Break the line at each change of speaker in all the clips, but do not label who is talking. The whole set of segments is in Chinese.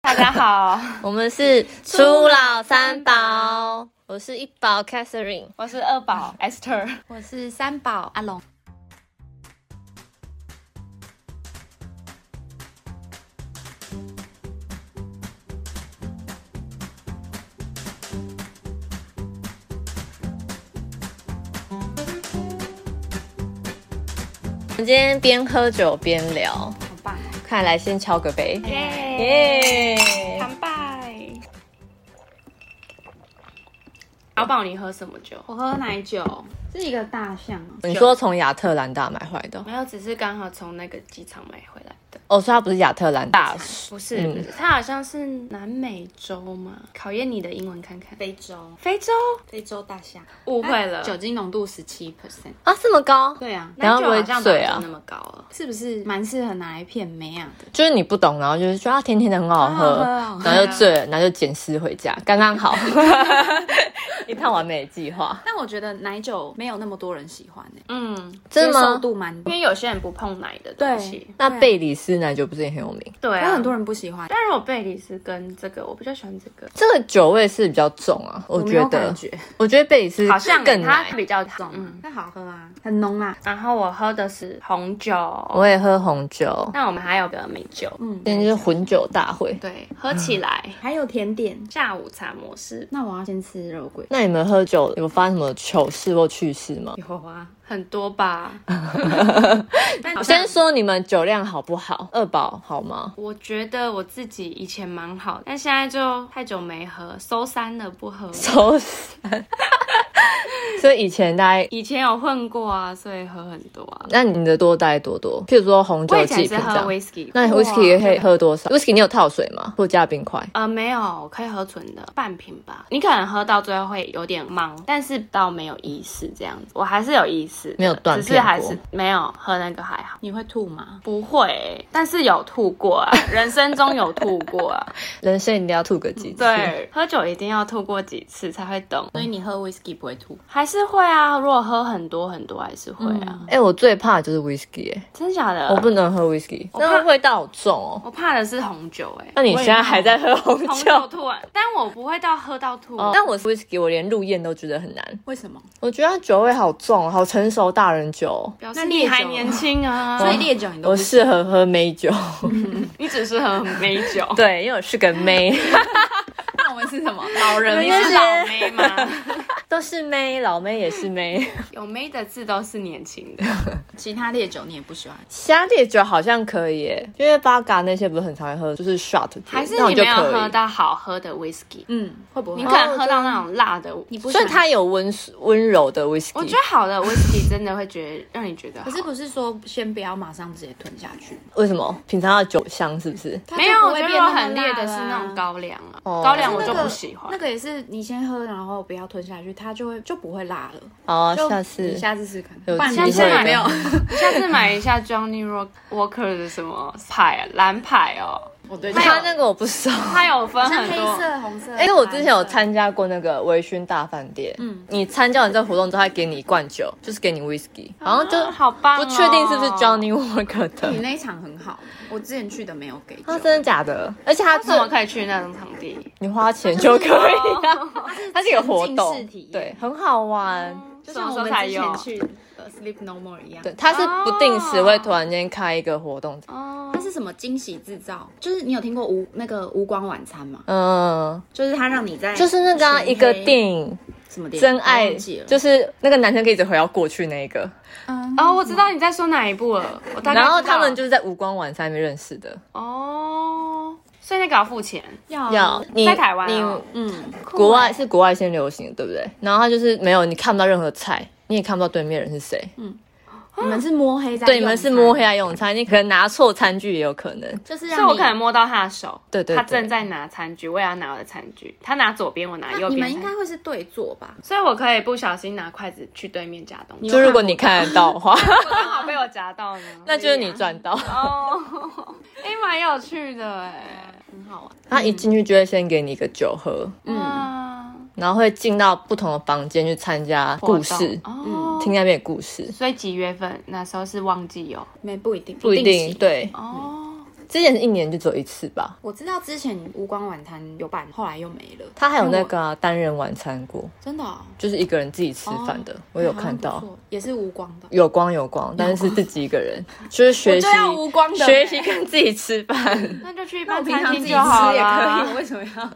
大家好，
我们是初老三宝，我是一宝 Catherine，
我是二 宝 Esther。
我是三宝阿龙。
我们今天边喝酒边聊，
好棒！哦
快来先敲个杯，
耶！
耶！
干拜！阿宝，你喝什么酒？
我喝奶酒，是一个大象啊。
你说从亚特兰大买回来的
没有，只是刚好从那个机场买回来的。嗯
哦，所以它不是亚特兰大，
不是，不是，它好像是南美洲嘛，考验你的英文看看。哎
非洲，
非洲？
非洲大象
误会了，
酒精浓度十七 percent。
啊，这么高，
对啊，
那酒
然后
好
会
像
醉
本来
啊
就那么高了。
是不是蛮适合拿来骗妹啊的？
就是你不懂，然后就是说啊，甜甜的很好喝
很好喝好，喝
然后就醉了，然后就捡尸回家，刚刚好， 一趟完美的计划，
但我觉得奶酒没有那么多人喜欢呢、
嗯，
真的
接受
吗？
度蛮
因
低，
为有些人不碰奶的东西。
那贝里斯奶酒不是也很有名？
对
有
啊，
很多人不喜欢。
但是我贝里斯跟这个，我比较喜欢这个，
这个酒味是比较重啊，我
我没
觉
有
得
感，觉，
我觉得贝里斯
好像欸
更
它
奶。
比较
懂
重。
吗
嗯，？
但好喝啊，很浓啦。
然后我喝的是红酒，
我也喝红酒，
那我们还有个美酒，
嗯，
今天就是混酒大会。
对，喝起来、
嗯
还有甜点。
下午茶模式。
那我要先吃肉桂。
那你们喝酒有发生什么糗事或趣事吗？
有啊，很多吧。但
我
好像
先说你们酒量好不好？二宝好吗？
我觉得我自己以前蛮好的，但现在就太久没喝，收山了不喝。
抽三，所以以前大概，
以前有混过啊，所以喝很多啊。
那你的多大概多多？譬如说红
我
酒
以
几
前
瓶
是
这
喝
样。
whisky，
那你 whisky 也可以喝多少？whisky 你有套水吗？或加冰块？
呃，没有，可以喝纯的半瓶吧。你可能喝到最后会有点忙，但是倒没有意识这样子。我还是有意识的，
没有断片
只是还是
过
没有喝那个还好。
你会吐吗？
不会欸、但是有吐过 啊，人生中有吐过 啊。
人生一定要吐个几次。，
对，喝酒一定要吐过几次才会懂，
所以你喝 whisky 不会吐？
还是会啊。如果喝很多很多，还是会啊。
哎、我最怕的就是 whisky，哎、
真假的？
我不能喝 whisky，
呃怕
那味道好重哦。
我怕的是红酒、欸，
那你现在还在喝红
红酒
酒？
吐啊，但我不会到喝到吐。
哦，但我 whisky 我连入宴都觉得很难，
为什么？
我觉得它酒味好重，好成熟大人酒哦，
表
那
示
烈
你还
酒
年轻啊，
所以烈酒你都
我
不喜
适合喝美酒。
你只是喝美 酒。
对，因为我是个妹，
欢？那我们是什么？
老人
你们
是
是
老妹吗？
都是妹，老妹也是妹。
有妹的字都是年轻的，
其他烈酒你也不喜欢？
虾烈酒好像可以耶，因为八嘎那些不是很常会喝，就是 shot，的
还是
那我
你
就
没有喝
可以。
到好喝的 whisky？
嗯，会不会
你可能喝到那种辣的，
你不喜
哦所以
欢
它有温温柔的 whisky，
我觉得好的 whisky 真的会觉得让你觉得好
可是不是说先不要马上直接吞下去？
为什么平常要酒香是不是？
没有，我觉得
觉
如
得
果很烈的是那种高粱啊，
哦
高粱我
那
就
个
不喜欢
那。个也是你先喝，然后不要吞下去，它就会就不会辣了。
哦，
就
下次
你下次试看，
有
半
机
年
会
没有，
下次买一下 Johnny Rock- Walker 的什么牌啊，蓝牌哦，
我对
还有
他那个我不熟。
它有分
像
很
黑
多。
色、红色。
哎、我之前有参加过那个微醺大饭店，嗯，你参加完这个活动之后，他给你一罐酒，就是给你 whisky，然后就、
啊好棒哦
不确定是不是 Johnny Walker
你
的，
那一场很好，我之前去的没有给酒
啊，，真的假的？而且他
为什么
是
可以去那种场地？
你花钱就可以、 啊，它是一个活
沉浸式
动
体验，
对，很好玩。
就
什么
像
时
我
候
们
才
之
有
前去呃 Sleep No More 一样。
对，它是不定时会突然间开一个活动，
哦
它，是什么惊喜制造？就是你有听过无那个无光晚餐吗？
嗯，
就是它让你在
就是那个啊、
全黑
一个电影
什么
《
电影
真
哎我
爱
忘记》，了
就是那个男生可以一直回到过去那一个，
嗯
哦，我知道你在说哪一部了，我大概
然后
知道
他们就是在无光晚餐里面认识的。
哦，所以那个要付钱，
要
要你
在台湾
你
哦
嗯，
国外是国外先流行的，对不对？然后他就是没有，你看不到任何菜，你也看不到对面人是谁。
你们是摸黑在
对，你
用
们是
餐
摸黑来用餐，你可能拿错餐具也有可能。
就是
所以我可能
能
摸到他的手，
对对对
他正在拿餐具，我也要拿我的餐具，他拿左边，我拿右
你
边
们
餐
应
具，
该会是对坐吧？
所以我可以不小心拿筷子去对面夹东西，
就如果你看得到的 话，
我刚好被我夹到呢，
那就是你赚到。
哦， 哎，蛮有趣的哎，
很好玩。
他一进去就会先给你一个酒喝，
嗯，
然后会进到不同的房间去参加故事，嗯
活动哦，
听那边的故事，
所以几月份那时候是旺季哦，
没不一定，
不一定
定期。
对。
哦，
之前是一年就只有一次吧。
我知道之前无光晚餐有办，后来又没了。
他还有那
因为
个啊、单人晚餐过，
我真的哦、
就是一个人自己吃饭的，我有
好像
看
不
到。
错，也是无光的。
有光有光，但是自己一个 人，就是学习
我就要无光的
学习跟自己吃饭，
嗯那就去一
那我
般
平常
餐
自
厅
己
就
吃
好
也
啦
可以，。我为啊什么要？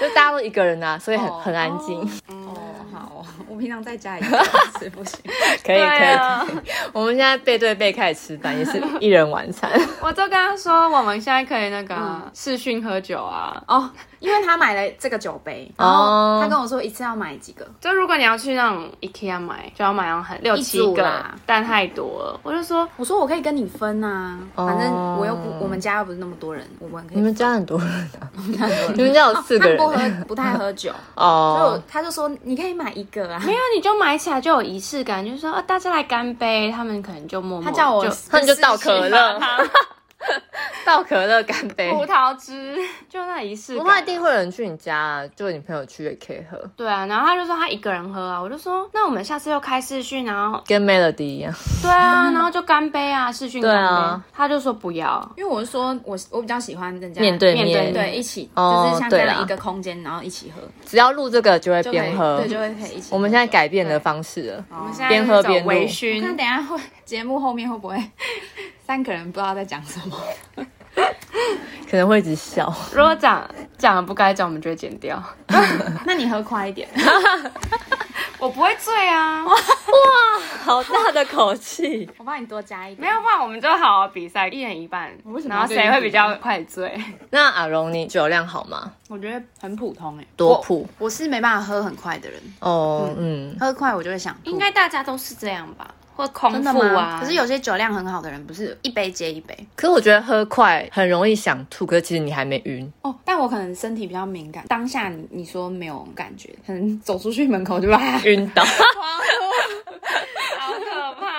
就大家都一个人啊，所以很、
哦
很安静。
哦，好哦，我平常在家也这样 吃不行。
可以
对
可以，
啊，
我们现在背对背开始吃 饭，也是一人晚餐。
我就跟他说，我们现在可以那个啊、
嗯
视讯喝酒啊。
哦，因为他买了这个酒杯，然
哦
后他跟我说一次要买几个，
就如果你要去那种 IKEA 买，就要买那种很六
一
七
组
个
啦，
但太多了。我就说，哎
我说我可以跟你分啊，
哦
反正我又不，我们家又不是那么多人，我们可以
你们家很多人 啊，你们家有四个
他
人
不喝不太喝 酒，所以我
哦。
他就说你可以买一个啊，
没有你就买起来就有仪式感，就是说啊，大家来干杯，他们可能就默默
他叫我
就
他们就倒可乐
就四十
倒可乐干杯。
葡萄汁，哎 就那仪式
不
感。
过一定会有人去你家、啊，就你朋友去也可以喝，
对啊，然后他就说他一个人喝啊，我就说那我们下次又开视讯，然后
跟 Melody 一样。
对 啊，然后就干杯啊，视讯干杯。
对啊
他就说不要，
因为我是说我我比较喜欢人家
面对面
面
对一起，
哦
就是像这
对
样
啦
一个空间，然后一起喝，
只要录这个就会
就可以
边喝
对，。就会可以一起喝。
我们现在改变了方式了，
我
哦，
们
我
现在
边喝边
走
录
微
那
醺。
等一下会节目后面会不会三个人不知道在讲什 么？
可能会一直笑。
如果讲讲了不该讲，我们就会剪掉。
那你喝快一点，
我不会醉啊，
好大的口气，
我帮你多加一点。
没有，不然我们就好好比赛，一人一半
为，什么
然
要
后
跟
谁
你
会
比
比较快醉？
那阿荣，你酒量好吗？
我觉得很普通哎、
多普
我？我是没办法喝很快的人，
哦，嗯，
喝快我就会想吐
应该大家都是这样吧，或空
真的
腹
吗？
啊。
可是有些酒量很好的人，不是一杯接一杯
可是我觉得喝快很容易想吐，可是其实你还没晕。。
哦。但我可能身体比较敏感，当下你你说没有感觉，可能走出去门口就吧
晕倒，
好可怕、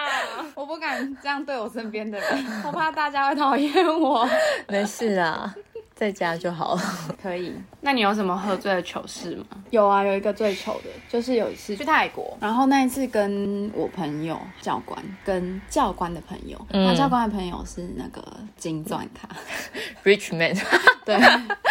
我不敢这样对我身边的人，我怕大家会讨厌我。
没事啊，在家就好了。
可以，
那你有什么喝醉的糗事吗？
有啊，有一个最糗的，就是有一次去泰国，然后那一次跟我朋友教官，跟教官的朋友，
嗯
他、教官的朋友是那个金钻卡，
Rich man，
对，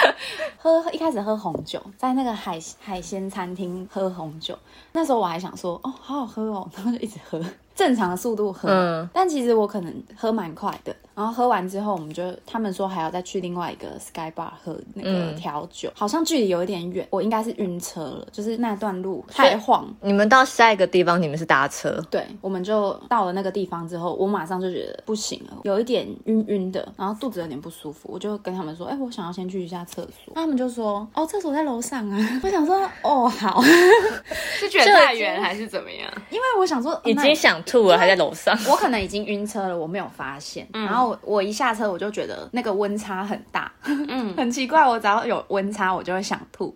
喝一开始喝红酒，在那个海海鲜餐厅喝红酒，那时候我还想说，哦，好好喝哦，然后就一直喝。正常的速度喝，
嗯
但其实我可能喝蛮快的。然后喝完之后，我们就他们说还要再去另外一个 Sky Bar 喝那个
嗯
调酒，好像距离有一点远，我应该是晕车了，就是那段路太晃。
你们到下一个地方，你们是搭车，
对，我们就到了那个地方之后，我马上就觉得不行了，有一点晕晕的，然后肚子有点不舒服，我就跟他们说，哎、我想要先去一下厕所。那他们就说，哦，厕所在楼上啊。 我想说，哦，好，
是觉得太远还是怎么 样？
因为我想说，哦
已
那
经想吐了，还在楼上。
我可能已经晕车了，我没有发现。然后我我一下车，我就觉得那个温差很大，
嗯
很奇怪。我只要有温差，我就会想吐。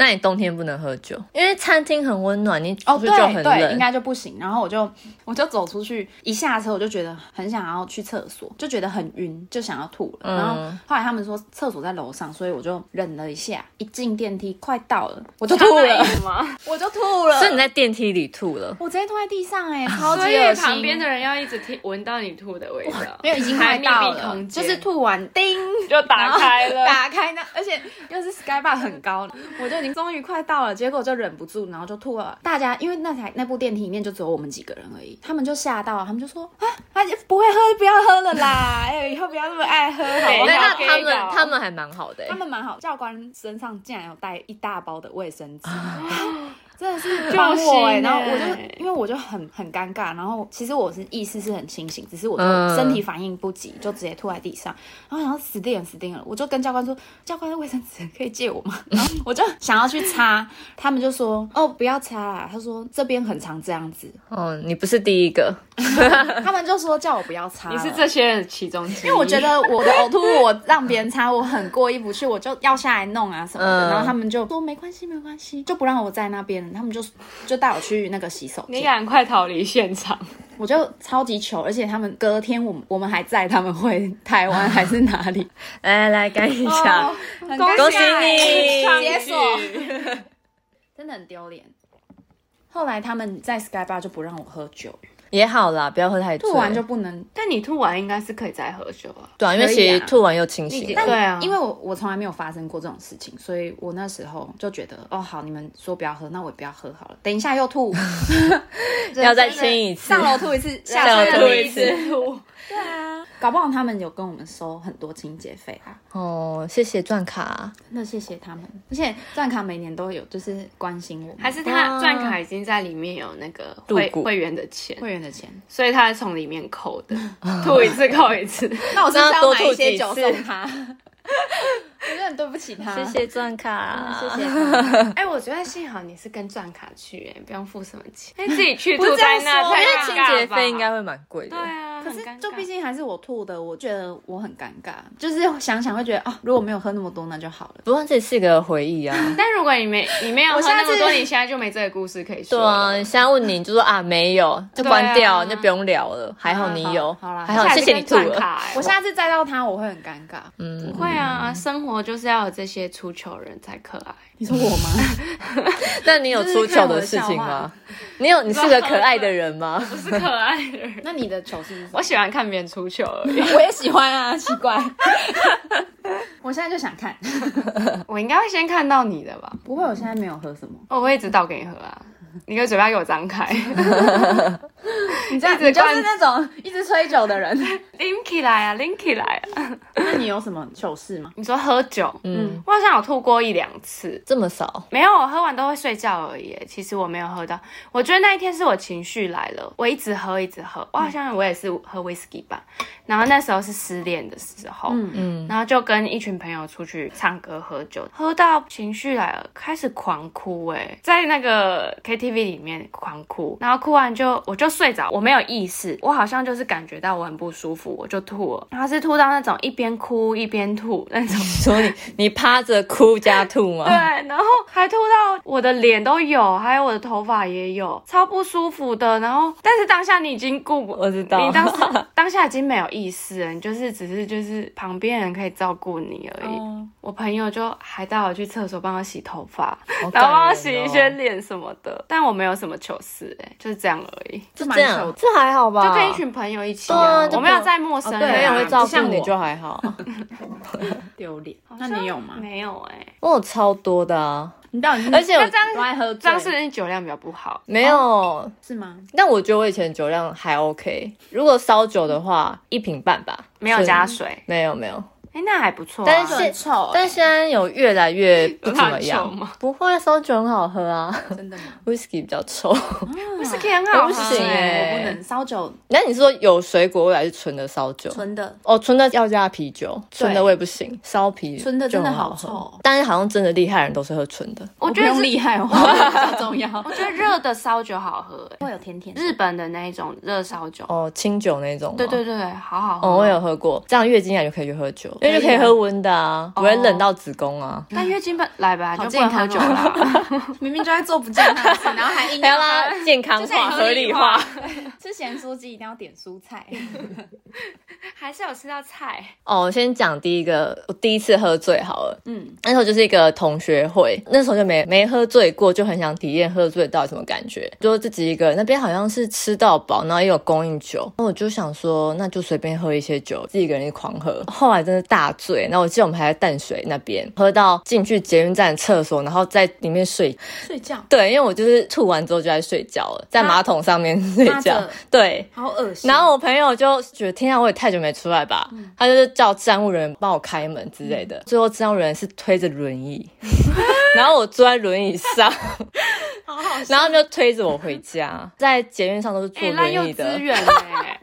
那你冬天不能喝酒，因为餐厅很温暖，你
哦，
出去
对
就很
对，应
冷。
该就不行。然后我就我就走出去，一下车我就觉得很想要去厕所，就觉得很晕，就想要吐了。然后后来他们说厕所在楼上，所以我就忍了一下。一进电梯，快到了，我就吐了，
吗？
我就吐了。
所以你在电梯里吐了，
我直接吐在地上、哎，超级
所
恶
以
心。
旁边的人要一直听闻到你吐的味道，
没有已经快到
还密闭
了，
空
就
间
是吐完，叮，
就打开了。
打开那，而且又是 sky bar 很高，我就已经终于快到了，结果就忍不住，然后就吐了。大家因为那台那部电梯里面就只有我们几个人而已，他们就吓到，他们就说啊，他不会喝，不要喝了啦，哎、以后不要那么爱喝，好
对
不
那
好？
那
给
他们
搞
他们还蛮好的欸
他，们蛮好，教官身上竟然有带一大包的卫生纸。 真的是帮
救
我
星
哎、
欸
然后我就因为我就很很尴尬，然后其实我是意识是很清醒，只是我就
嗯
身体反应不及，就直接吐在地上，然后想要死定了死定了，我就跟教官说，教官的卫生纸可以借我吗？ 然后我就想要去擦，他们就说哦不要擦啦，他说这边很常这样子，
哦，你不是第一个，
他们就说叫我不要擦了，
你是这些人其中之一，
因为我觉得我的呕吐物我让别人擦，我很过意不去，我就要下来弄啊什么
嗯
的。然后他们就说没关系，没关系，就不让我在那边，他们就就带我去那个洗手
你
间。
赶快逃离现场。
我就超级糗，而且他们隔天我们我们还在，他们回台湾还是哪 里？
来来来干一下，
很尴
恭喜
尬
你
解锁，真的很丢脸。后来他们在 Sky Bar 就不让我喝酒，
也好啦，不要喝太醉。
吐完就不能。
但你吐完应该是可以再喝酒啊。
对啊，因为
可以
其实
啊
吐完又清
你已
醒
经
了。
对啊
因为我我从来没有发生过这种事情，所以我那时候就觉得，哦，好，你们说不要喝，那我也不要喝好了。等一下又 吐，
要再亲一次
上楼吐 一次，下
楼
山
吐
又
一次 啊
吐，
搞不好他们有跟我们收很多清洁费啊，
哦，谢谢钻卡，啊
那谢谢他们。而且钻卡每年都有，就是关心我们，
还是他钻卡已经在里面有那个
入
会
股
会员的钱，
会员的钱。
所以他是从里面扣 的，吐一次扣一次。
那我是不是
那
要
多
买
吐
一些
几
酒
次
送他？ 我有点对不起他，
谢啊钻卡，
谢谢 他。
哎、我觉得幸好你是跟钻卡去、哎，不用付什么钱，因为哎自己去
不是
吐
这样
在那，
说
太
因为
尴
清
尬
洁
吧
费应该会蛮贵的。
对啊，
可
很
是
尴，
就
尬
毕竟还是我吐的，我觉得我很尴尬。就是想想会觉得，哦，如果没有喝那么多，那就好了。
不过这是一个回忆啊。
但如果你没你没有喝
我下
那
次
么多，你现在就没这个故事可以说
对啊，
了。
现在问你，你就说啊没有，就关
对啊
掉，你就不用聊了。还好你有，
好好啦
还好
下次
谢谢你
跟
吐
钻
了。
卡哎
我下次再到他，我会很尴尬。
嗯，
会啊，生活就是要有这些出糗人才可爱。
你说我吗？
那你有出糗的事情吗？你有，你是个可爱的人 吗？
我是可爱的人，
那你的糗事是什么？
我喜欢看别人出糗而已。
我也喜欢啊，奇怪。 我现在就想看，
我应该会先看到你的吧？
不会，我现在没有喝什么。
哦，我一直倒给你喝啊，你的嘴巴给我张开，
你这样，
一直
你就
灌
是那种一直吹酒的人。
拎起来啊，拎起来啊！
那你有什么糗事吗？
你说喝酒，
嗯，
我好像有吐过一两次，
这么少，
没有，我喝完都会睡觉而已。其实我没有喝到，我觉得那一天是我情绪来了，我一直喝一直喝，我好像我也是喝 whisky 吧。然后那时候是失恋的时候，
嗯
嗯
然后就跟一群朋友出去唱歌喝酒，喝到情绪来了，开始狂哭、欸，在那个 KTV 里面狂哭，然后哭完就我就睡着，我没有意识，我好像就是感觉到我很不舒服，我就吐了，然后是吐到那种一边哭一边吐那种。
所以你趴着哭加吐吗？
对，啊然后还吐到我的脸都有，还有我的头发也有，超不舒服的。然后，但是当下你已经顾不，
我知道
你当时当下已经没有意识了，你就是只是就是旁边人可以照顾你而已。
哦
我朋友就还带我去厕所帮我洗头发，
好感
然后帮我
人
洗一
哦
些脸什么的，但我没有什么糗事、哎，就是这样而已。
就
蛮
这样
糗，
这还好
啊
吧？
就跟一群朋友一起、
对啊
啊，
就
我没有在陌生人、
哦对
没
啊
有人会照
不像
顾你
我
就还好。
丢脸。
好
那
像
你有吗？
没有哎、
我有超多的啊，
你到底是
而且我
那多爱喝醉
张世仁酒量比较不好，
没有。
哦
是吗？
但我觉得我以前酒量还 OK，如果烧酒的话，一瓶半吧，
没有加
所
水，
以，没有没有。
哎、那还不错、啊。
但是
很臭欸
但现在有越来越不怎么
有它很臭
样
吗，
不会啊烧酒很好喝啊
真的吗？啊
，whisky 比较臭。
不是可以很好
不
喝
行
欸
欸
我不能烧酒，
那你是说有水果味还是纯的烧酒？
纯的。
哦，纯的要加啤酒，纯的我也不行，烧啤
纯的真的
就很好
好臭
喝
哦。
但是好像真的厉害的人都是喝纯的，
我觉得
不用
是
厉害，我比较重要。嗯
我觉得热的烧酒好喝、欸，
会有甜甜
日本的那一种热烧酒，
哦，清酒那种吗。
对对嗯对，好好喝。
哦，我有喝过，这样月经来就可以去喝酒，因为就可以喝温的啊，不会冷到子宫啊。
但月经本来吧，
好
就不能喝酒啦。
明明就在做不健康的 事，然后还硬
还要让它健康
就是
化、合理化。
吃咸酥鸡一定要点蔬菜，
还是有吃到菜，
哦，我先讲第一个，我第一次喝醉好了。
嗯，
那时候就是一个同学会，那时候就没没喝醉过，就很想体验喝醉到底什么感觉。就自己一个人，那边好像是吃到饱，然后也有供应酒，那我就想说，那就随便喝一些酒，自己一个人就狂喝。后来真的大醉，然后我记得我们还在淡水那边喝到进去捷运站的厕所，然后在里面睡。
睡觉
对，因为我就是吐完之后就在睡觉了，在马桶上面 睡
趴
觉
着。
对，
好恶心。
然后我朋友就觉得，天啊，我也太久没出来吧，
嗯
他就是叫治安务人员帮我开门之类的。最后治安务人员是推着轮椅， 然后我坐在轮椅 上，然后就推着我回家，在捷运上都是坐
哎、那
轮
又
椅
资
的。哎、
源哎、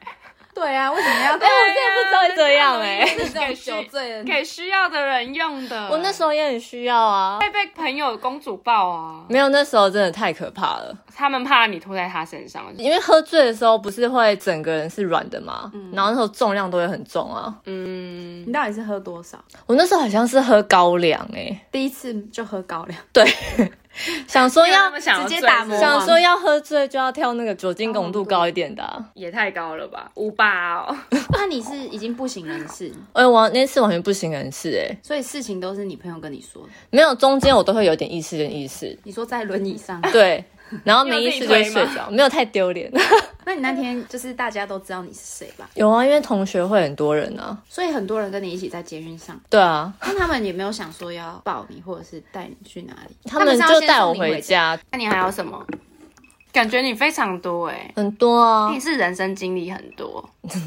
对啊，为什么要
我 真的不知道会这样哎、
是欸这种酒醉的？
给需要的人用的。
我那时候也很需要啊。
会被朋友公主抱啊，
没有，那时候真的太可怕了。
他们怕你吐在他身上。嗯
因为喝醉的时候不是会整个人是软的嘛，然后那时候重量都会很重啊。
嗯，
你到底是喝多少？
我那时候好像是喝高粱哎、
第一次就喝高粱，
对， 想说
不
要
直接打魔
想说要喝醉就要挑那个酒精浓度高一点的、啊。
也太高了吧，五八哦。
那你是已经不省人事，
哎、我那次完全不省人事哎、
所以事情都是你朋友跟你说的。
没有中间我都会有点意识跟意识，
你说在轮椅上，
对，然后没
你有
意
自己
识就会
推
睡
吗
着，没有太丢脸。
那你那天就是大家都知道你是谁吧？
有啊，因为同学会很多人啊。
所以很多人跟你一起在捷运上，
对啊，
但他们也没有想说要抱你，或者是带你去哪里。
他们
是要
就
先
带我
送你回
回。家，
那你还有什么？感觉你非常多哎、
很多啊
你，是人生经历很多，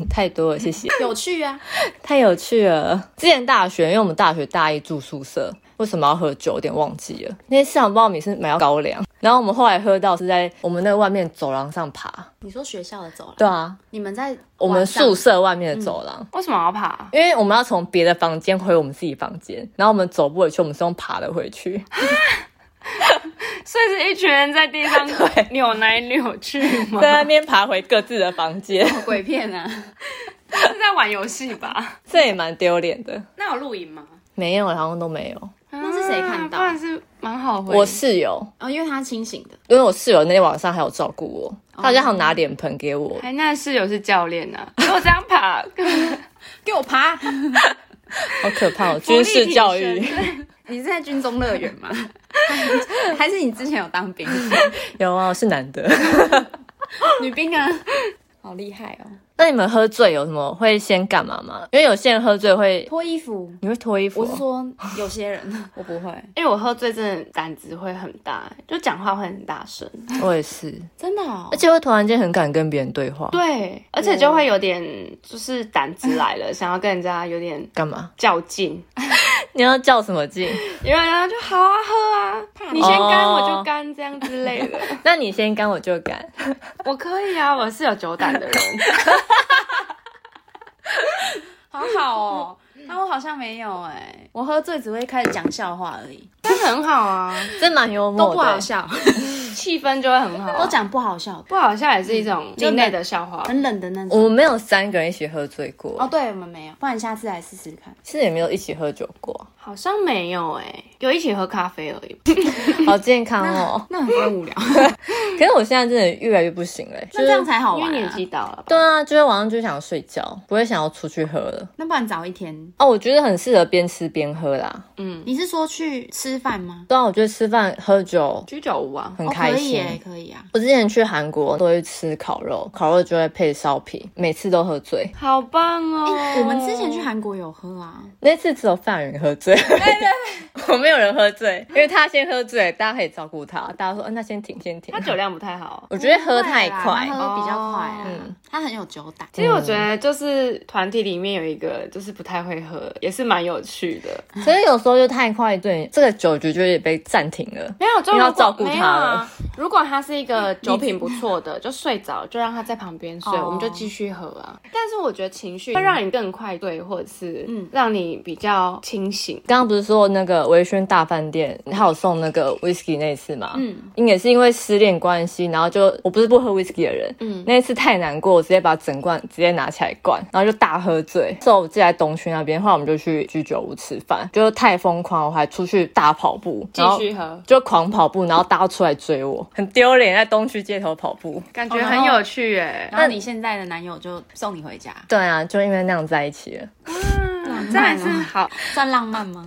太多了，谢 谢。
有趣啊！
太有趣了！之前大学，因为我们大学大一住宿舍，为什么要喝酒？有点忘记了。那天市场爆米是买到高粱，然后我们后来喝到是在我们那个外面走廊上爬。
你说学校的走廊，
对啊，
你们在
我们
晚上
宿舍外面的走廊，
为什么要爬？
因为我们要从别的房间回我们自己房间，然后我们走不回去，我们是用爬的回 去。
所以是一群人在地 上扭来扭去吗？
在那边爬回各自的房间，
鬼片啊，
是在玩游戏吧？
这也蛮丢脸的。
那有录影吗？
没有，好像都没有。
那
是谁看到
啊不然是蛮好回忆。
我室友，
哦，因为他清醒的，
因为我室友那天晚上还有照顾我，他好像还有拿脸盆给我，
还哎那室友是教练呢、啊，给我这样 爬，
给我爬！
好可怕 哦！
福利
军事教育
挺。深的
你是在军中乐园吗？还是你之前有当 兵？
有啊，是男的。
女兵啊，好厉害哦！
那你们喝醉有什么会先干嘛吗？因为有些人喝醉会，
脱衣服，
你会脱衣服
我
哦、
是说有些人， 我不会，
因为我喝醉真的胆子会很大，就讲话会很大声，
我也是，
真的哦
而。且会突然间很敢跟别人对话。
对，而且就会有点就是胆子来了，想要跟人家有点
干嘛？
较劲，
你要叫什么劲？
因为人家就好啊喝啊，你先干
哦
我就干这样之类
哦
的，
那你先干，我就干。
我可以啊，我是有酒胆的 人，
好好哦，那我好像没有哎、我喝醉只会开始讲笑话而已，
但很好啊，
这蛮幽默
都
的，
不好笑，
气氛就会很好啊、
都讲不好笑的，
不好笑也是一种另类的笑话，
很冷的那
我
种。
们没有三个人一起喝醉过，
哦，对，我们没有，不然下次来试试看。
其实也没有一起喝酒过，
好像没有哎、有一起喝咖啡而已。
好健康哦。
那很 无聊，
可是我现在真的越来越不行了、就
那
是
这样才好
因
玩、
为
啊。
年纪到了吧，
对啊，就是晚上就想睡觉，不会想要出去喝了。
那不然早一天，
哦，我觉得很适合边吃边喝啦。
嗯
你是说去吃饭吗？
对啊，我觉得吃饭喝酒
居酒屋啊，
很
哦，
开
可以
心。
耶，可以啊。
我之前去韩国都会吃烤肉，烤肉就会配烧皮，每次都喝醉。
好棒哦！
我们之前去韩国有喝啊，
那次只有犯人喝醉，对对 对，我没有人喝醉，因为他先喝醉，大家可以照顾他。大家说，嗯、那先停，先停
他。酒量不太好。哦
我觉得喝太快
不会啦，他喝比较快啊，
嗯
他很有酒胆。
其实我觉得就是团体里面有一个就是不太会喝，也是蛮有趣的。
可是有时候就太快，对这个酒局就也被暂停了。
没有，就
你
如
要
果
照顾他
没有啊。如果他是一个酒品不错的，就睡着，就让他在旁边睡，
哦
我们就继续喝啊。但是我觉得情绪会让你更快醉，或者是
嗯
让你比较清醒。
刚刚不是说那个微醺大饭店，他有送那个 whisky 那一次嘛？嗯
嗯，
也是因为失恋关系，然后就我不是不喝 whisky 的人，嗯，那一次太难过，我直接把整罐直接拿起来灌，然后就大喝醉。之后我自己在东区那边，后来我们就去居酒屋吃饭，就是太疯狂，我还出去大跑步，
继
然后
续喝，
就狂跑步，然后大家出来追我，很丢脸，在东区街头跑步。
感
哦
觉
然
很
后
有趣哎、
然后你现在的男友就送你回 家，
对啊，就因为那样在一起了，
这还是好，
嗯算浪漫 吗？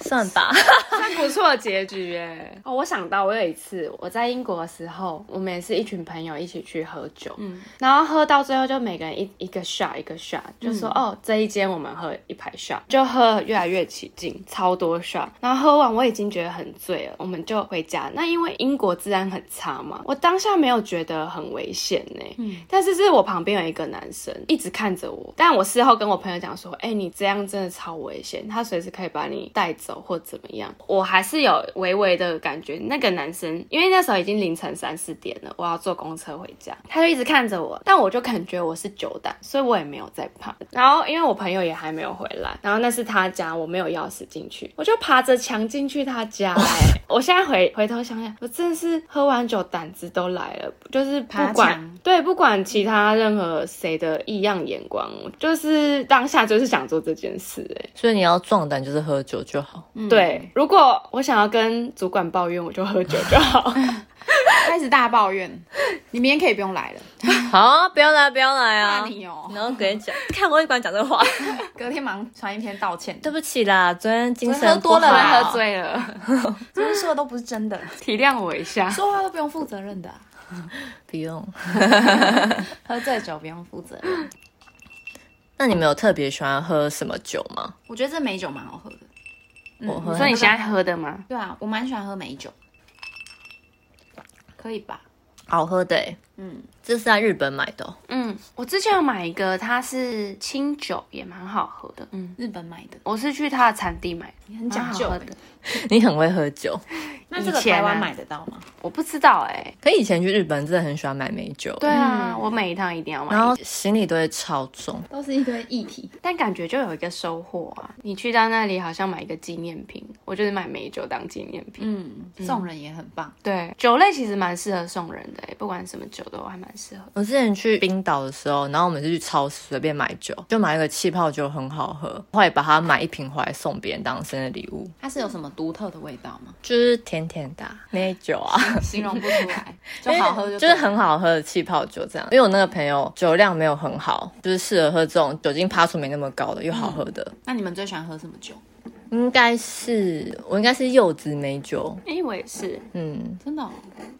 算吧。
算不错的结局耶！ 哦，我想到我有一次我在英国的时候，我们也是一群朋友一起去喝酒，嗯，然后喝到最后就每个人一一个 shot 一个 shot，就说、哦这一间我们喝一排 shot，就喝越来越起劲，超多 shot，然后喝完我已经觉得很醉了，我们就回家。那因为英国治安很差嘛，我当下没有觉得很危险呢，但是是我旁边有一个男生一直看着我，但我事后跟我朋友讲说，哎、你这样真的超危险，他随时可以把你带走或怎么样。我还是有微微的感觉，那个男生因为那时候已经凌晨三四点了，我要坐公车回家，他就一直看着我，但我就感觉我是酒胆，所以我也没有在怕。然后因为我朋友也还没有回来，然后那是他家，我没有钥匙进去，我就爬着墙进去他家、 哎，我现在回回头想想，我真的是喝完酒胆子都来了，就是不
爬
管
墙
对，不管其他任何谁的异样眼光，就是当下就是想做这件事、欸。
所以你要壮胆，就是喝酒就好。
嗯
对，如果我想要跟主管抱怨，我就喝酒就 好。
开始大抱怨，你明天可以不用 来了。
好啊，不要来，不要来啊！
那你哦
然后跟你讲，看我也敢讲这话，
隔天忙传一篇道歉，
对不起啦，昨天精神
昨天喝多
不好
了啦
喝醉了，
这些说的都不是真的，
体谅我一下。
说话都不用负责任的啊、
不用。
喝醉酒不用负责任。
那你们有特别喜欢喝什么酒吗？
我觉得这美酒蛮好喝的。
我喝
你说你现在喝的吗？
对啊，我蛮喜欢喝美酒，可以吧？
好喝的、欸，
嗯，
这是在日本买的哦、
嗯，我之前有买一个，它是清酒，也蛮好喝的。嗯，
日本买的，
我是去它的产地买的，
你很讲究
蛮好
欸
喝的。
你很会喝酒，
那这个
以前啊
台湾买得到吗？
我不知道哎、
可以前去日本真的很喜欢买美酒，
对，啊，我每一趟一定要买一
然后
个，
行李都会超重。
都是一堆议题。
但感觉就有一个收获啊。你去到那里好像买一个纪念品，我就是买美酒当纪念品。
嗯，送人也很棒。
对，酒类其实蛮适合送人的、欸，不管什么酒都还蛮适合。
我之前去冰岛的时候，然后我们是去超市随便买酒，就买一个气泡酒，很好喝。后来把它买一瓶回来送别人当生日礼物，
它是有什么独特的味道吗？
就是甜甜的啊美酒啊，
形容不出 来，就好喝就
就
对
是
了
很好喝的气泡酒这样。因为我那个朋友酒量没有很好，就是适合喝这种酒精趴数没那么高的又好喝的，
那你们最喜欢喝什么酒？
应该是我应该是柚子美酒，
哎、我也是，
嗯，
真的哦、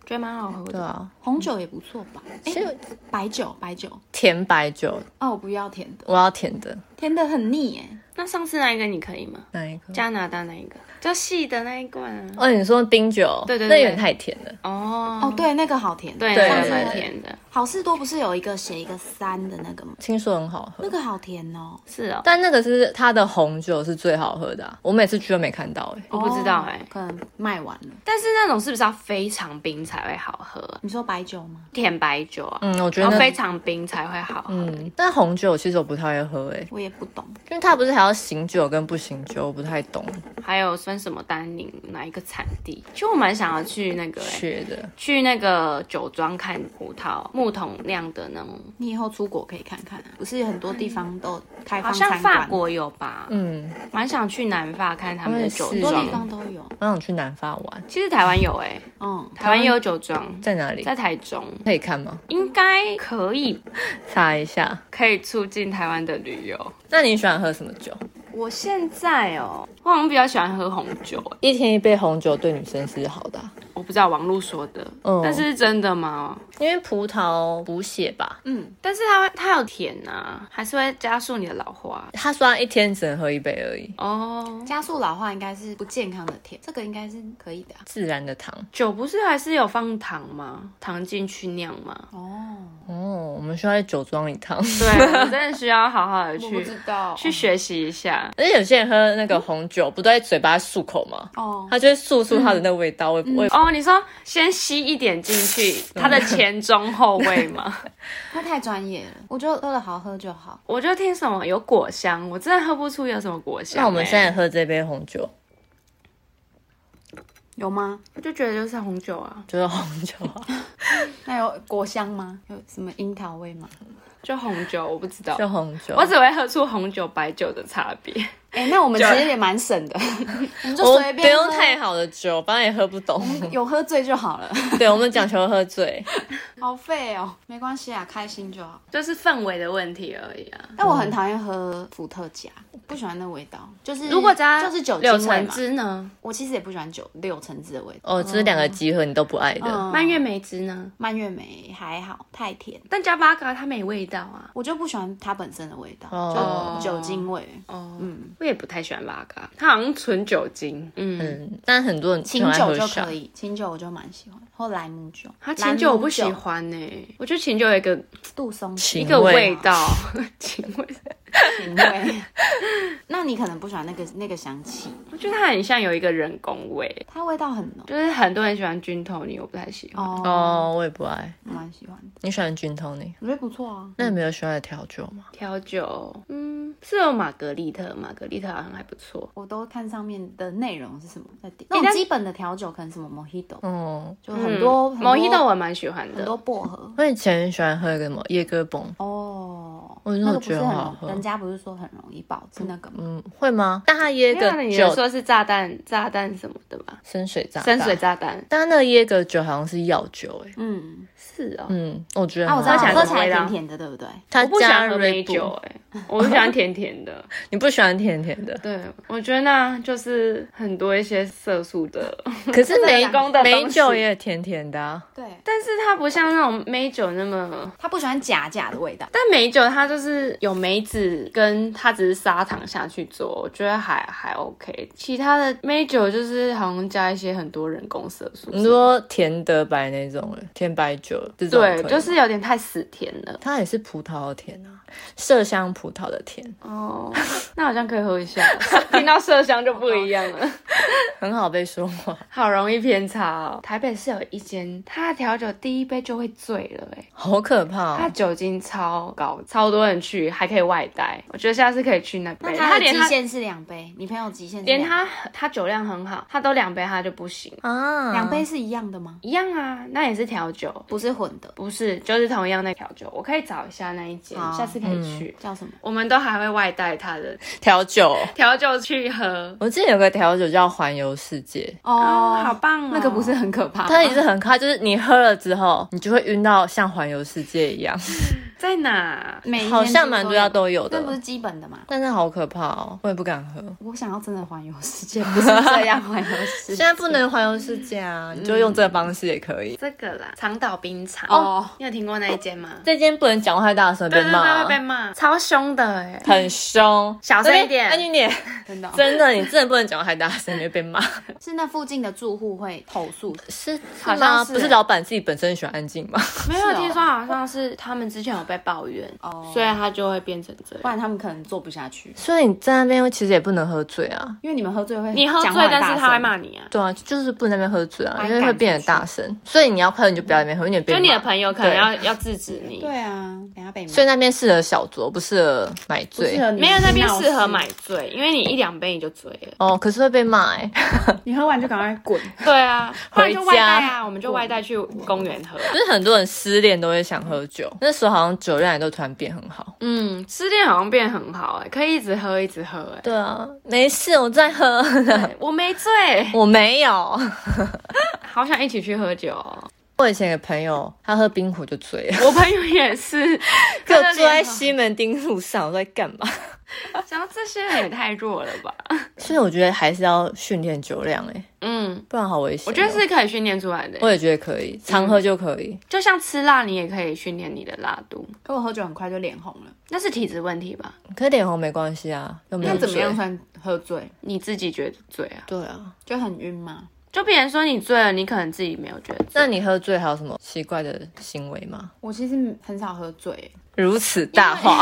觉得蛮好喝
对
的。
啊，
红酒也不错吧？哎、
其实
白酒，白酒。
甜白酒，
哦，我不要甜的，
我要甜的
甜的很腻耶。
那上次那一个你可以吗？
那一个。
加拿大那一个，就细的那一罐啊。
哦，你说冰酒，
对对
那
对
有点太甜了。
哦
哦，，对，那个好甜。
对，那
对
上
个
次
蛮
那
对
个
甜的，
好事多不是有一个写一个三的那个吗？
听说很好喝
那，个好甜哦。
是哦。
但那个是它的红酒是最好喝的啊、我每次去都没看到哎、
我不知道哎、
哦可能卖完了。
但是那种是不是要非常冰才会好喝啊？
你说白酒吗？
甜白酒啊，
嗯，我觉
然
得
后
那
非常冰才会好喝。
嗯，但红酒其实我不太会喝哎、
我也不懂。
因为它不是还要醒酒跟不醒酒，我不太懂
还有分什么丹宁哪一个产地？其实我蛮想要去那个、欸，
学的。
去那个酒庄看葡萄木桶酿的那种，
你以后出国可以看看啊，不是很多地方都有开
好
放
像
餐
法
馆，
国有吧？
嗯，
蛮想去南法看他们
我
的
也是
酒
很多地
庄。
方都有。
我想去南法玩，
其实台湾有哎、
嗯，
台湾也有酒庄，
在哪里？
在台中
可以看吗？
应该可以，
查一下。
可以促进台湾的旅游。
那你喜欢喝什么酒？
我现在哦，我好像比较喜欢喝红酒欸
一天一杯红酒对女生是好的啊、
我不知道网络说的，
嗯
但是是真的吗？
因为葡萄补血吧。
嗯，
但是它会它有甜啊，还是会加速你的老化
他说他一天只能喝一杯而已，
哦。
加速老化应该是不健康的甜，这个应该是可以的啊、
自然的糖。
酒不是还是有放糖吗？糖进去酿吗？
哦，
哦，我们需要在酒庄一 趟。
对， 我真的需要好好的
我不
去
知道。
去学习一下。
而且有些人喝那个红酒，不都在嘴巴漱口吗？
哦，
他就会漱出它的那味道，我我
哦，你说先吸一点进去，
嗯
它的前中后味吗？
他太专业了，我就喝的好喝就好。
我就听什么有果香，我真的喝不出有什么果香欸、
那我们现在喝这杯红酒，
有吗？
我就觉得就是红酒啊，
就是红酒啊，
那有果香吗？有什么樱桃味吗？
就红酒，我不知道
就。红酒。
我只会喝出红酒、白酒的差别。
哎、那我们其实也蛮省的，我们就
我
随
不
便
用
喝嗯
太好的酒，反正也喝不懂。
有喝醉就好了，
对，我们讲求喝醉，
好废哦，没关系啊，开心就好。
就是氛围的问题而已啊。
但我很讨厌喝伏特加，不喜欢那味道，就是
如果加
就是酒
柳
精味
橙
嘛。
汁呢？
我其实也不喜欢酒柳橙汁的味 道。
哦，这是两个集合你都不爱的。
嗯
蔓越莓汁呢？
蔓越莓还好，太甜，
但加八嘎它没味道啊。
我就不喜欢它本身的味道，
哦
就酒精味。
哦，嗯，我也不太喜欢八嘎，它好像纯酒精。嗯，
嗯，但很多人
清
很爱
酒
喝
就
小
可，以，清酒我就蛮喜欢，或莱姆酒。
它
莱
啊清
姆
酒我不喜，欢呢、我觉得清酒有一个
杜松
一
情
个味
味
道， 情味，
情味。 那你可能不喜欢那个那个香气，
我觉得它很像有一个人工味，
它味道很浓。
就是很多人喜欢军头泥，我不太喜欢。
哦，
哦，我也不爱。
蛮喜欢的，
你喜欢君头呢？
我觉得不错啊。
那你没有喜欢的调酒吗？
调酒，嗯，是有玛格丽特，玛格丽特好像还不错。
我都看上面的内容是什么在点，嗯那
但
种基本的调酒可能什么 Mojito，
哦，
就
嗯
很多
毛
很
衣豆
多
我蛮喜欢
很
的
多，薄荷
我以前很喜欢喝一个什么椰哥崩，
哦，
我真的
那个不
觉
是
得
很
很好
容
喝
人家不是说很容易饱，是那个吗？
嗯，会吗？但它椰
因为
哥
你有
酒
说是炸弹、炸弹什么的吧？
深水炸
深水
弹
炸弹
但它那个椰格酒好像是药酒、欸，
嗯，
是哦。
嗯，我觉得
啊，
很
我
好喝、
知道
起来
喝
怎
起
么
来
味道
甜甜的，对不对？
它
我不喜
加
欢喝
r
美
e
酒、哎，我就喜欢甜甜的。
你不喜欢甜甜的，
对，我觉得那就是很多一些色素的，
可是梅
人工的东西
梅酒也甜甜的、啊，
对，
但是它不像那种美酒那么。
他不喜欢假假的味道。
但美酒它就是有梅子，跟它只是砂糖下去做，我觉得还还 OK。其他的美酒就是好像加一些很多人工色素，
你说甜德白那种了，甜白酒这种可以
对，
吗
就是有点太死甜了。
它也是葡萄的甜啊，麝香葡萄的甜，
哦，那好像可以喝一下， 听到麝香就不一样了。
很好被说话，
好容易偏差哦。台北是有一间，它的调酒第一杯就会醉了、欸，
好可怕、
它
哦。
酒精超高，超多人去，还可以外带。我觉得下次可以去那边。
那他的
连
极
他
限是两杯，你朋友极限是
连
两
他他酒量很好，他都两杯他就不行，
啊，
两杯是一样的吗？
一样啊，那也是调酒，
不是混的，
不是就是同样的调酒。我可以找一下那一间
好，
下次可以去。
叫什么？
我们都还会外带他的
调酒。
调酒去喝，
我记得有个调酒叫环游世界，
哦，好棒哦！
那个不是很可怕吗？
它也是很快，就是你喝了之后，你就会晕到像环游世界一样，
在哪？
每一天
好像蛮
几乎
多
有
家都有
那不是
的。
基本的吗？
但是好可怕哦，我也不敢喝。
我想要真的环游世界，不是这样环游世
现
界。
在不能环游世界啊，你就用这个方式也可以。
这个啦，长岛冰茶
哦
你有听过那一间吗？
这间不能讲话太大声，被
对对对，
骂
会，被骂，超凶的哎、
很凶。哎
小声一点
安静点，
真的哦、
真的，你真的不能讲话太大声，你会被骂。
是那附近的住户会投诉的，
是
好
好
像
像
是
不是老板自己本身喜欢安静吗？
没
是
有
哦
听说好像是他们之前有被抱怨，
哦
所以他就会变成这
不
样。
然他们可能做不下去。
所以你在那边其实也不能喝醉啊。
因为你们喝醉会
你喝醉
讲话，很
但
大
是他会
声
骂你啊。
对啊，就是不能在那边喝醉啊，
把你
因为会变得大声。所以你要快乐，你就不要在那边喝，因为你被
就你的
骂
朋友可能
对
要要制止你，
对啊，等下被骂。
所以那边适合小酌，不适合买
不适
醉。
合你
没有那边
闹事
适合买，醉，因为你一两杯你就醉了。
哦，可是会被骂 哎、欸，
你喝完就赶快滚。
对 啊，不然就外带
回
啊，我们就外带去公园喝。
就是很多人失恋都会想喝酒，那时候好像酒量也都突然变很好。
嗯，失恋好像变很好哎、可以一直喝一直喝哎、
对啊，没事，我在喝，
对我没醉，
我没有。
好想一起去喝酒、哦。
我以前有朋友，他喝冰壶就醉 了，
我朋友也是，
给
他
我
的
坐在
脸
西门町路上，我在干嘛？
想到这些人也太弱了吧？
所以我觉得还是要训练酒量哎、欸，
嗯，
不然好危险哦、
我觉得是可以训练出来的欸、
我也觉得可以，常喝就可以。
就像吃辣，你也可以训练你的辣度，
可我喝酒很快就脸红了，
那是体质问题吧？
可是脸红没关系啊，又没有
那怎么
醉
样算喝醉？
你自己觉得醉啊？
对啊，
就很晕吗？
就别人说你醉了，你可能自己没有觉得醉。
那你喝醉还有什么奇怪的行为吗？
我其实很少喝醉，
如此大话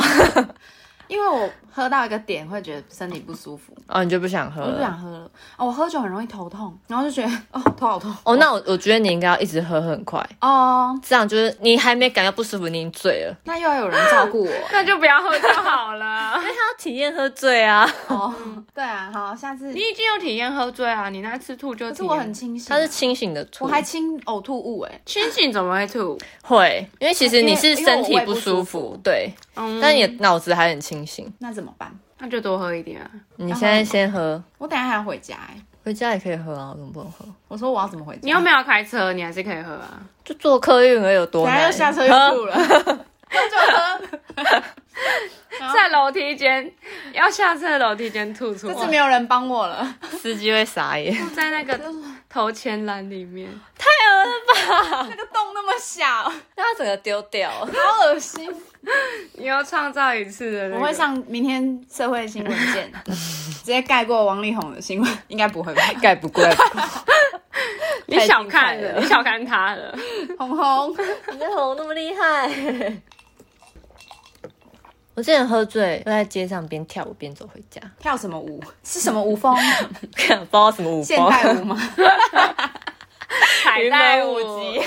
因为我喝到一个点会觉得身体不舒服，
哦，你就不想喝
我就不
了？
想喝了。哦，我喝酒很容易头痛，然后就觉得哦头好痛。
哦，那我我觉得你应该要一直喝很快，
哦，
这样就是你还没感到不舒服，你已经醉了，
那又要有人照顾我
那就不要喝就好了。
他要体验喝醉啊。
哦。对啊，好，下次。
你已经有体验喝醉啊，你那次吐就
可是
体验
我很清醒
他
啊，
是清醒的吐，
我还清呕吐物哎、
清醒，怎么会吐？
会，因为其实你是身
因
体
为我胃不
舒
舒
服
服，
对，
嗯，
但你的脑子还很清醒。
那怎么办？
那就多喝一点啊。
你现在先喝，
我等一下还要回家哎、
回家也可以喝啊，我怎么不能喝？
我说我要怎么回家？
你又没有开车，你还是可以喝啊。
就坐客运而已有多
等一
难？
下又下车又吐 了，那就喝。
在楼梯间，要下车的楼梯间吐出
这
来，
次没有人帮我了，
喝司机会傻眼。
吐在那个头前栏里面。
那个洞那么小，好
那他整个丢掉，
恶 心。
你又创造一次的、那
我
个
会上明天社会新闻见， 直接盖过王力宏的新闻，应该不会吧？
盖不过。
你小看
太精彩
了，
了
你小看他了。
红红，
你的红那么厉害。 我之前喝醉，会在街上边跳舞边走回家，
跳什么舞？ 是什么 舞风？
不知道什么舞
现 代舞吗？
彩带舞
云门舞集，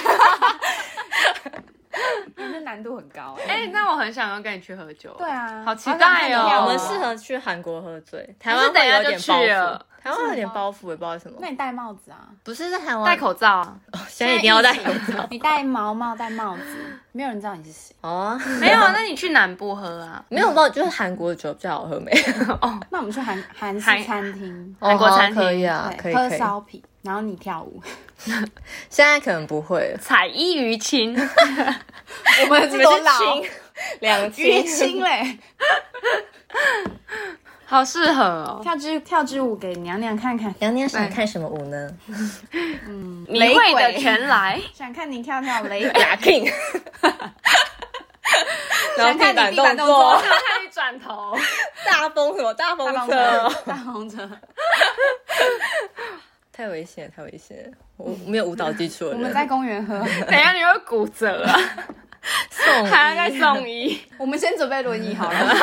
这难度很高哎、
哎、那我很想要跟你去喝酒。
对啊
好期待
好想看你
哦。
跳舞
我们适合去韩国喝醉，台
可
湾
是等
会
一下
有点
就去
包袱
了，
台湾会有点包袱，也不知道为什么
那。你戴帽子啊？
不是在台湾
戴，口罩啊，
现在一定要戴口罩。
你戴毛帽，戴帽子，没有人知道你是谁。
哦，
没有 啊？那你去南部喝啊？
没有包，就是韩国酒比较好喝没？
那我们去韩韩式
韩
餐厅，
韩国餐厅
可以啊，
对
可以
喝
可以。
烧啤，然后你跳舞，
现在可能不会了，
彩衣娱亲，
我们
你
这
们
都
是
老
亲 两
淤
亲
青嘞，
好适合哦。
跳支跳支舞给娘娘看看，
娘娘想看什么舞 呢？
你
雷
会的
鬼
全 来，
想看你跳跳雷，
打 king，然后
想看你
板
地板动
作
作
我，想看你转头。
大风什么大风
大风
车，
车，大风车，
太危险，太危险了！我没有舞蹈基础的
我
人，
们在公园喝，
等一下你会骨折啊，
送
还要
医，
再送医。
我们先准备轮椅 好了。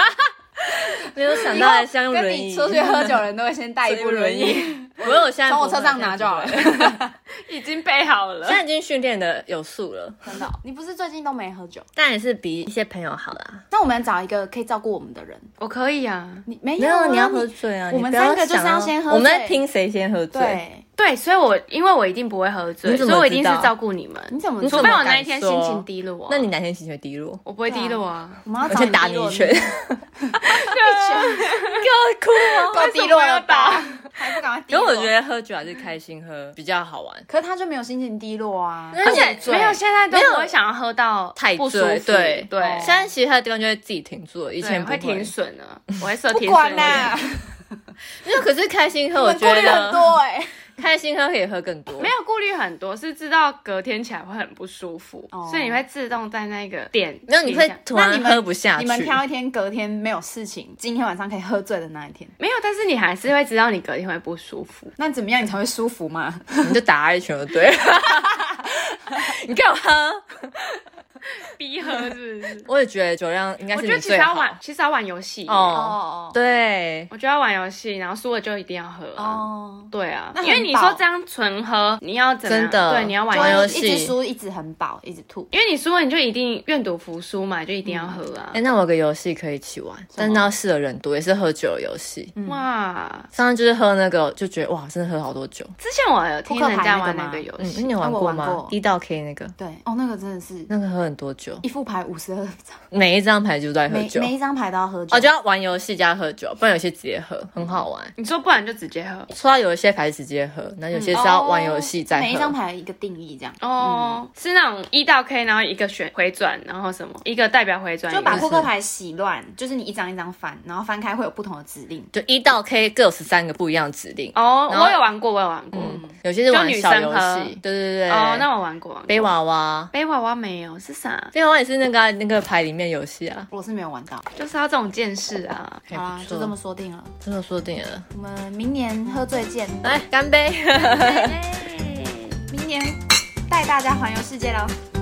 没有想
以
到
后
还是要用
跟
嗯轮
你
椅，
出去喝酒的人都会先带一 部轮椅，
椅。我有现在
从我
不会
车上拿就好了。
现在不会
真
已经备好了
现。在已经训练的有素了，
的哦，你不是最近都没喝酒？
但也是比一些朋友好啦。
那我们找一个可以照顾我们的人。
我可以啊，
你没
没
有啊
有，你要喝醉啊！
我
你
们
不要
三个就是
想
要先喝醉
我们在拼谁先喝醉。
对，
对，所以我因为我一定不会喝醉，
你怎么
所以我一定
知
是
道
照顾你们。
你怎么
除
知道
非我那一天心情低落，啊
那你哪天心情会低落？
我不会低落啊。
我们要
我
找
先打你一 拳，给
一拳
我哭哦！
够低落了吧？还不赶快低
可
落？
我觉，得喝酒还是开心喝比较好玩，
可是他就没有心情低落啊。
而且
对没有，现在都不会想要喝到
太
不舒
醉，
服。
对哦
对，
现在其他的地方就会自己停住了，以
以
前不
会停损了，我会设
不
停
管
损。
啦，
因为可是开心喝，
我
我
们
觉
顾虑很
得
多哎。
开心喝可以喝更多。
没有顾虑很多，是知道隔天起来会很不舒服，
哦
所以你会自动在那个点。
没有，你会突然
那你们
喝不下去。
你们挑一天，隔天没有事情，今天晚上可以喝醉的那一天，
没有，但是你还是会知道你隔天会不舒服。
那怎么样你才会舒服嘛？
你就打他一拳就对了。 你给我喝！？
逼喝是不是
我也觉得酒量应该
我
是
觉得
你
其实
最
要
好。
玩，其实要玩游戏。
哦，
哦
对，
我觉得要玩游戏，然后输了就一定要喝、啊。
哦，
对啊，
那很
因为你
饱
说这样纯喝，你要怎么样
真的
对，你要玩
就
玩
游
游
戏，
会
戏
一直输，一直很饱，一直吐。
因为你输了你就一定愿赌服输嘛，就一定要喝啊
哎、。那我有个游戏可以一起玩，但是要适合人多，也是喝酒的游戏。
嗯哇，
上次就是喝那个，就觉得哇，真的喝好多酒。
之前我有听
扑克牌
人家
那个
玩
吗
那个游
嗯，
戏，
你有玩过
啊我玩
吗
过？
一到 K 那个，
对，哦，那个真的是
那个喝很多酒，
一副牌五十二 张，
每一张牌就在喝
每
酒。
每一张牌都要喝酒。
哦，就要玩游戏加喝酒，不然有些直接喝，很好玩。
你说不然就直接喝
说到有一些牌直接喝，那有些是要玩游戏再喝。
嗯哦每一张牌一个定义这样。
哦，是那种一到 K，然后一个选回转，然后什么一个代表回转，
就把
一个
扑克牌洗乱，就是你一张一张翻，然后翻开会有不同的指令。
就一到 K 各有十三个不一样的指令。
哦，
然后
我有玩过，我有玩过。
嗯，有些是玩小游
就女生喝
戏，对对对。
哦，那我玩过，玩过
背娃娃，
背娃娃没有是啥？
背娃娃也是那个啊、那个牌里面游戏啊。
我是没有玩到，
就是要这种见识啊！
还
好啦
不，错
就这么说定了。
真的说定了，
我们明年喝醉 见，
来干杯！
哎
明年带大家环游世界喽。